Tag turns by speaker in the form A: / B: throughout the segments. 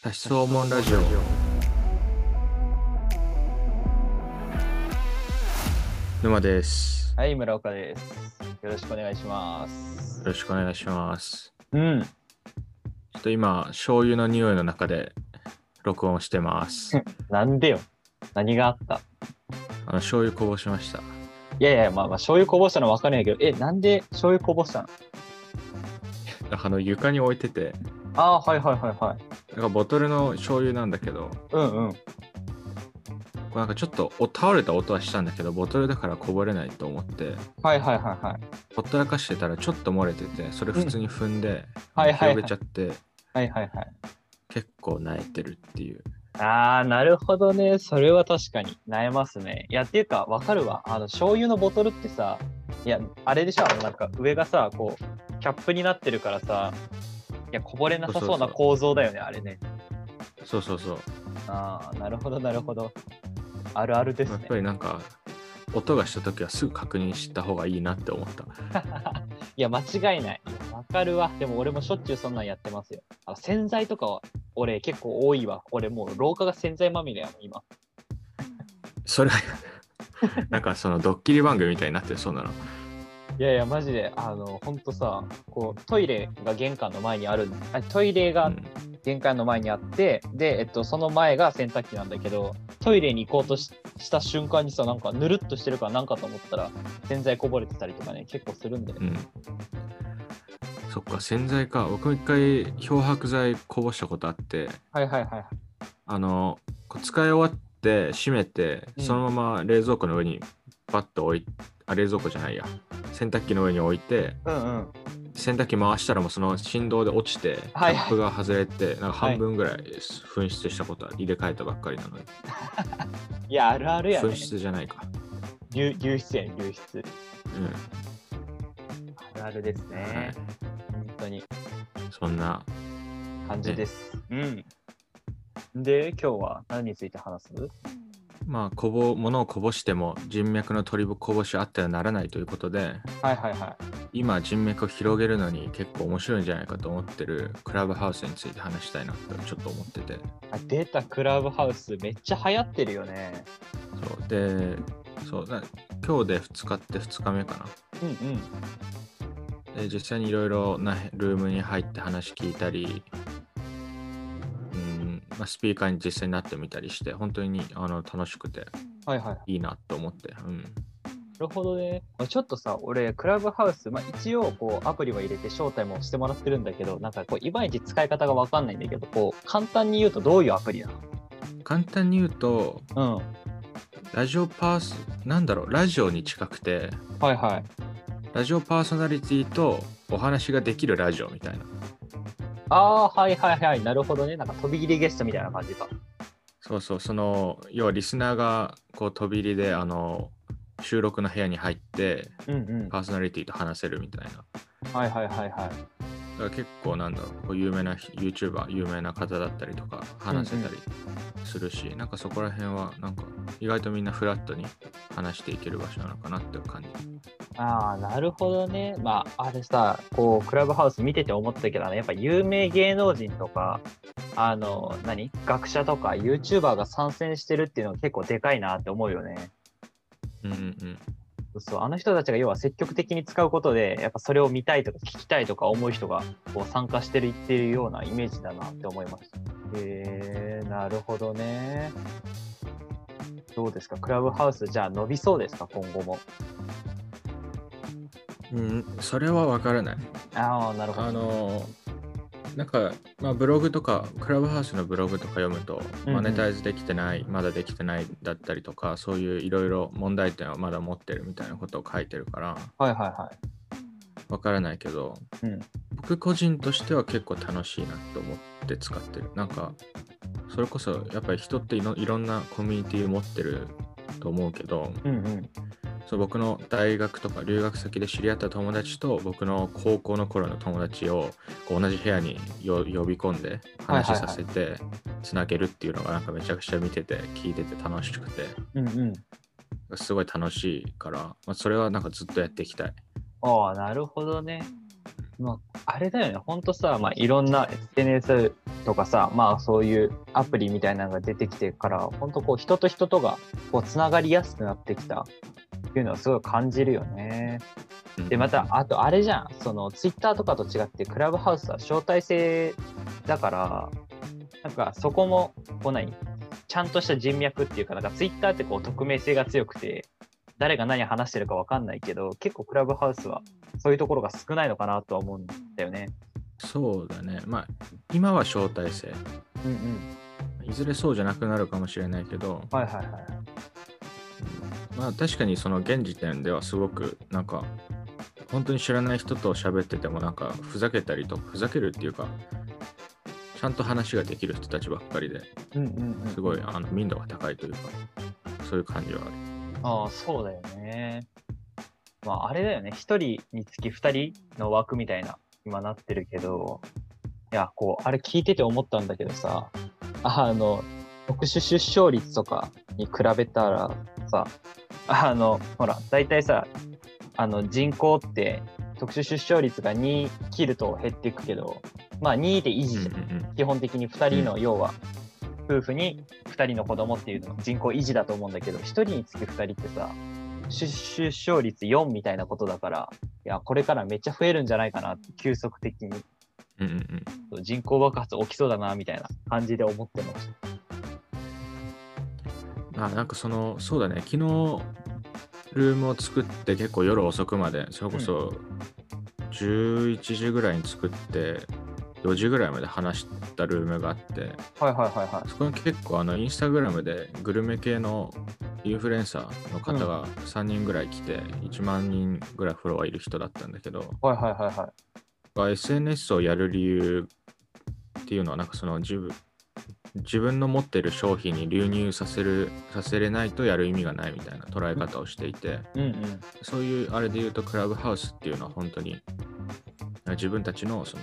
A: 多質訪問ラジオ沼です
B: はい、村岡です。よろしくお願いします
A: よ。ろしくお願いします
B: うん。
A: ちょっと今醤油の匂いの中で録音してます あ
B: なんでよ。何があった
A: の醤油こぼしました
B: いやいや、まあまあ、醤油こぼしたのはわかんないけど、え、なんで醤油こぼしたの
A: あの床に置いてて
B: ああー、はいはいはいはい。
A: なんかボトルの醤油なんだけど
B: うんうん。
A: こうなんかちょっとお倒れた音はしたんだけどボトルだからこぼれないと思って
B: はいはいはいはい。
A: ほったらかしてたらちょっと漏れててそれ普通に踏んで、
B: うんはいはいはい
A: 広げちゃって
B: はいはいはい。
A: 結構泣いてるっていう
B: ああ、なるほどね。それは確かに悩ますね。いや、っていうか、わかるわ。あの、醤油のボトルってさ、いや、あれでしょ、あのなんか上がさ、こう、キャップになってるからさ、いや、こぼれなさそうな構造だよね、あれね。
A: そうそうそう
B: ああ、なるほど、なるほど。あるあるです
A: やっ
B: ね
A: ぱ。りなんか音がした時はすぐ確認した方がいいなって思った
B: いや、間違いない。いやわかるわ。でも俺もしょっちゅうそんなんやってますよ。あの洗剤とかは、俺結構多いわ。俺もう廊下が洗剤まみれやもん、今。
A: それなんかそのドッキリ番組みたいになってそうなの
B: いやいや、マジで、あの、ほんとさ、こう、トイレが玄関の前にある、あトイ
A: う
B: レが
A: ん
B: 玄関の前にあって、で、えっと、その前が洗濯機なんだけど、トイレに行こうとしした瞬間にさ、なんかぬるっとしてるからなんかと思ったら、洗剤こぼれてたりとかね、結構するんだよ
A: う。んそっか洗剤か僕も一回漂白剤こぼしたことあって
B: はいはいはいはい。
A: あのこう使い終わって閉めて
B: うん
A: そのまま冷蔵庫の上にバッと置いあ冷蔵庫じゃないや洗濯機の上に置いて
B: うんうん。
A: 洗濯機回したらもうその振動で落ちてキ
B: はいはい
A: ャップが外れてなんか半分ぐらい紛失したことは入れ替えたばっかりなのに
B: いや、あるあるやね
A: 紛。失じゃないか。
B: 流流出やね、流出。
A: うん。
B: あるあるです
A: は
B: ね
A: い。
B: 本当に
A: そんな、
B: 感じです。うん。で、今日は何について話す
A: まあ、こぼ、物をこぼしても人脈の取りこぼしあってはならないということで、
B: はいはいは
A: 今人脈を広げるのに結構面白いんじゃないかと思ってるクラブハウスについて話したいなとちょっと思ってて。
B: い。あ出たクラブハウス、めっちゃ流行ってるよね。
A: そう。で、そう、な今日で2日って2日目か
B: うんうん。
A: な。で、実際にいろいろなルームに入って話聞いたり、うんまあ、スピーカーに実際になってみたりして本当にあの楽しくて
B: はいはい。ない
A: いなと思って、うん、
B: るほどね。まあちょっとさ、俺、クラブハウス、まあ、一応、こう、アプリは入れて招待もしてもらってるんだけど、なんか、こう、いまいち使い方がわかんないんだけど、こう、簡単に言うとどういうアプリな
A: 簡単に言うと
B: のうん。
A: ラジオパーソなんだろうラジオに近くて
B: はいはい。
A: ラジオパーソナリティとお話ができるラジオみたいな
B: ああー、はいはいはい。なるほどね。なんか、飛び切りゲストみたいな感じか。
A: そうそうその要はリスナーがこう飛び入りであの収録の部屋に入って
B: うんうん。
A: パーソナリティと話せるみたいなだか
B: はいはいはいはい。
A: ら結構なんだろうこう有名な YouTuber 有名な方だったりとか話せたりするし、なんかそこら辺はなんか意外とみんなフラットに話していける場所なのかなっていう感じ
B: ああ、なるほどね。まあ、あれさ、こう、クラブハウス見てて思ったけど、ね、やっぱ有名芸能人とか、あの、何学者とか、YouTuber が参戦してるっていうのが結構でかいなって思うよね。
A: うんうん
B: そう、あの人たちが要は積極的に使うことで、やっぱそれを見たいとか聞きたいとか思う人がこう参加してるいってるようなイメージだなって思いました。へえ、なるほどね。どうですかクラブハウス、じゃあ伸びそうですか今後も。
A: うんうんそれは分からない
B: ああ、なるほ
A: あ
B: ど。
A: のなんか、まあ、ブログとかクラブハウスのブログとか読むと
B: うんうん
A: マネタイズできてない、まだできてないだったりとかそういういろいろ問題点をまだ持ってるみたいなことを書いてるから
B: はいはいはい。
A: わからないけど、
B: うん
A: 僕個人としては結構楽しいなと思って使ってるなんかそれこそやっぱり人っていろいろんなコミュニティ持ってると思うけど
B: うんうん。
A: そう僕の大学とか留学先で知り合った友達と僕の高校の頃の友達をこう同じ部屋によ呼び込んで
B: はいはい
A: 話させてつなげるっていうのがなんかめちゃくちゃ見てて聞いてて楽しくて
B: うんうん。
A: すごい楽しいから、まあ、それはなんかずっとやっていきたい。
B: ああ、なるほどね。まあ、あれだよね、ほんとさ、まあ、いろんな SNS とかさ、まあ、そういうアプリみたいなのが出てきてから、ほんとこう、人と人とがこうつながりやすくなってきたっていうのはすごい感じるよね。で、また、あと、あれじゃん、その、Twitter とかと違って、クラブハウスは招待制だから、なんか、そこも、こう、何ちゃんとした人脈っていうか、なんか、Twitter ってこう、匿名性が強くて、誰が何話してるかわかんないけど、結構クラブハウスはそういうところが少ないのかなとは思うんだよね。
A: そうだね。まあ、今は招待制。
B: うんうん。
A: いずれそうじゃなくなるかもしれないけど、
B: はいはいはい。
A: まあ確かにその現時点ではすごくなんか本当に知らない人と喋っててもなんかふざけたりとふざけるっていうかちゃんと話ができる人たちばっかりで
B: うんうんうん。
A: すごいあの民度が高いというかそういう感じはある。
B: ああ、そうだよね。まあ、あれだよね。一人につき二人の枠みたいな、今なってるけど、いや、こう、あれ聞いてて思ったんだけどさ、あの、特殊出生率とかに比べたらさ、あの、ほら、大体さ、あの、人口って特殊出生率が2切ると減っていくけど、まあ2で維持じゃん
A: うんうんうん
B: 基本的に2人の要は夫婦に2人の子供っていうの人口維持だと思うんだけど1人につき2人ってさ出出生率4みたいなことだからいやこれからめっちゃ増えるんじゃないかなって急速的に
A: うんうんうん
B: 人口爆発起きそうだなみたいな感じで思ってました。
A: まあなんかそのそうだね昨日ルームを作って結構夜遅くまでそれこそ11時ぐらいに作って4時ぐらいまで話したルームがあって
B: はいはいはいは
A: そこに結構あのインスタグラムでグルメ系のインフルエンサーの方が3人ぐらい来て1万人ぐらいフォロワーいる人だったんだけど
B: い。はいはいはいは
A: が SNS をやる理由っていうのはなんかその自分自分の持ってる商品に流入させるさせれないとやる意味がないみたいな捉え方をしていて
B: い。うんうん。
A: そういうあれで言うとクラブハウスっていうのは本当に自分たちのその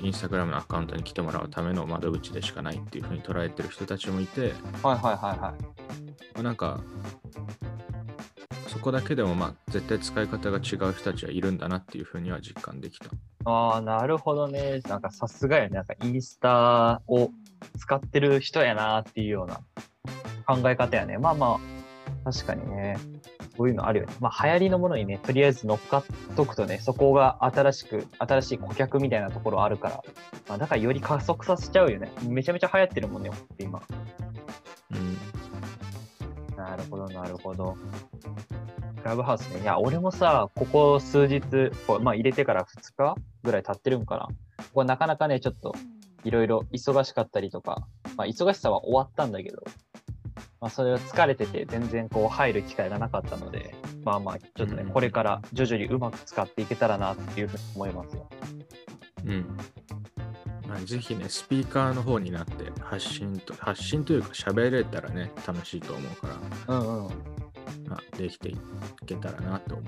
A: インスタグラムのアカウントに来てもらうための窓口でしかないっていうふうに捉えてる人たちもいて
B: はいはいはいはい。
A: まあなんかそこだけでもまあ絶対使い方が違う人たちはいるんだなっていうふうには実感できた。
B: ああ、なるほどね。なんかさすがやね。なんかインスタを使ってる人やなっていうような考え方やね。まあまあ、確かにね。そういうのあるよね。まあ流行りのものにね、とりあえず乗っかっとくとね、そこが新しく、新しい顧客みたいなところあるから、まあ、だからより加速させちゃうよね。めちゃめちゃ流行ってるもんね、ほんと今。
A: うん
B: なるほど、なるほど。クラブハウスね。いや、俺もさ、ここ数日、こうまあ、入れてから2日ぐらい経ってるんかな。ここなかなかね、ちょっと、いろいろ忙しかったりとか、まあ、忙しさは終わったんだけど、まあ、それは疲れてて、全然こう、入る機会がなかったので、まあまあ、ちょっとね、
A: うん
B: これから徐々にうまく使っていけたらなっていうふうに思いますよ。
A: うんまあ、ぜひね、スピーカーの方になって発信と、発信というか喋れたらね、楽しいと思うから、
B: うんうん。
A: まあ、できていけたらなと思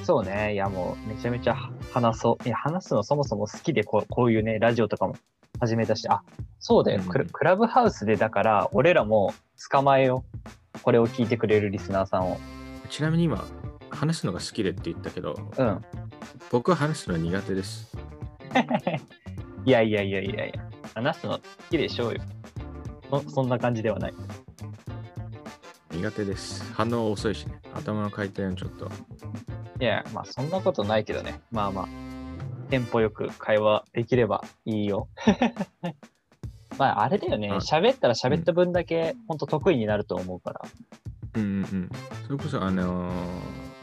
A: う。
B: そうね。いや、もう、めちゃめちゃ話そう。いや、話すのそもそも好きでこう、こういうね、ラジオとかも始めたし、あ、そうだよ。クラ
A: うん
B: クラブハウスで、だから、俺らも捕まえよう。これを聞いてくれるリスナーさんを。
A: ちなみに今、話すのが好きでって言ったけど、
B: うん。
A: 僕は話すの苦手です。
B: いやいやいやいやいや。話すの好きでしょうよ。そそんな感じではない。
A: 苦手です。反応遅いしね、頭の回転ちょっと。
B: いや、まあ、そんなことないけどね。まあまあ、テンポよく会話できればいいよ。 まあ、あれだよね。
A: はい
B: 喋ったら喋った分だけ、ほんと得意になると思うから。
A: うんうんうん。それこそ、あのー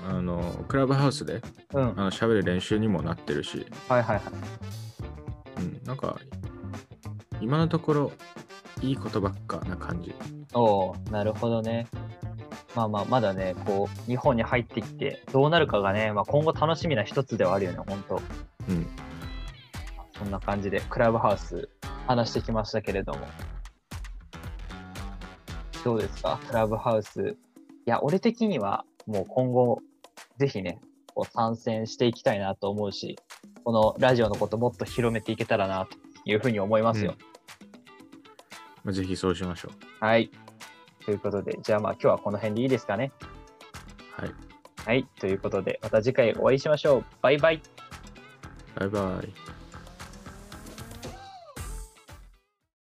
A: あのークラブハウスで
B: うん。
A: あの喋る練習にもなってるし、
B: はいはいはい。
A: うん、なんか、今のところ、いいことばっかな感じ。
B: おおなるほどね。まあまあ、まだね、こう、日本に入ってきて、どうなるかがね、まあ、今後楽しみな一つではあるよね、本当
A: うん。
B: そんな感じで、クラブハウス、話してきましたけれども。どうですか、クラブハウス。いや、俺的には、もう今後、ぜひね、こう参戦していきたいなと思うし、このラジオのこともっと広めていけたらな、というふうに思いますよ。
A: まあぜひそうしましょう。
B: はい。ということで、じゃあまあ今日はこの辺でいいですかね。
A: はい。
B: はい、ということで、また次回お会いしましょう。バイバイ。
A: バイバイ。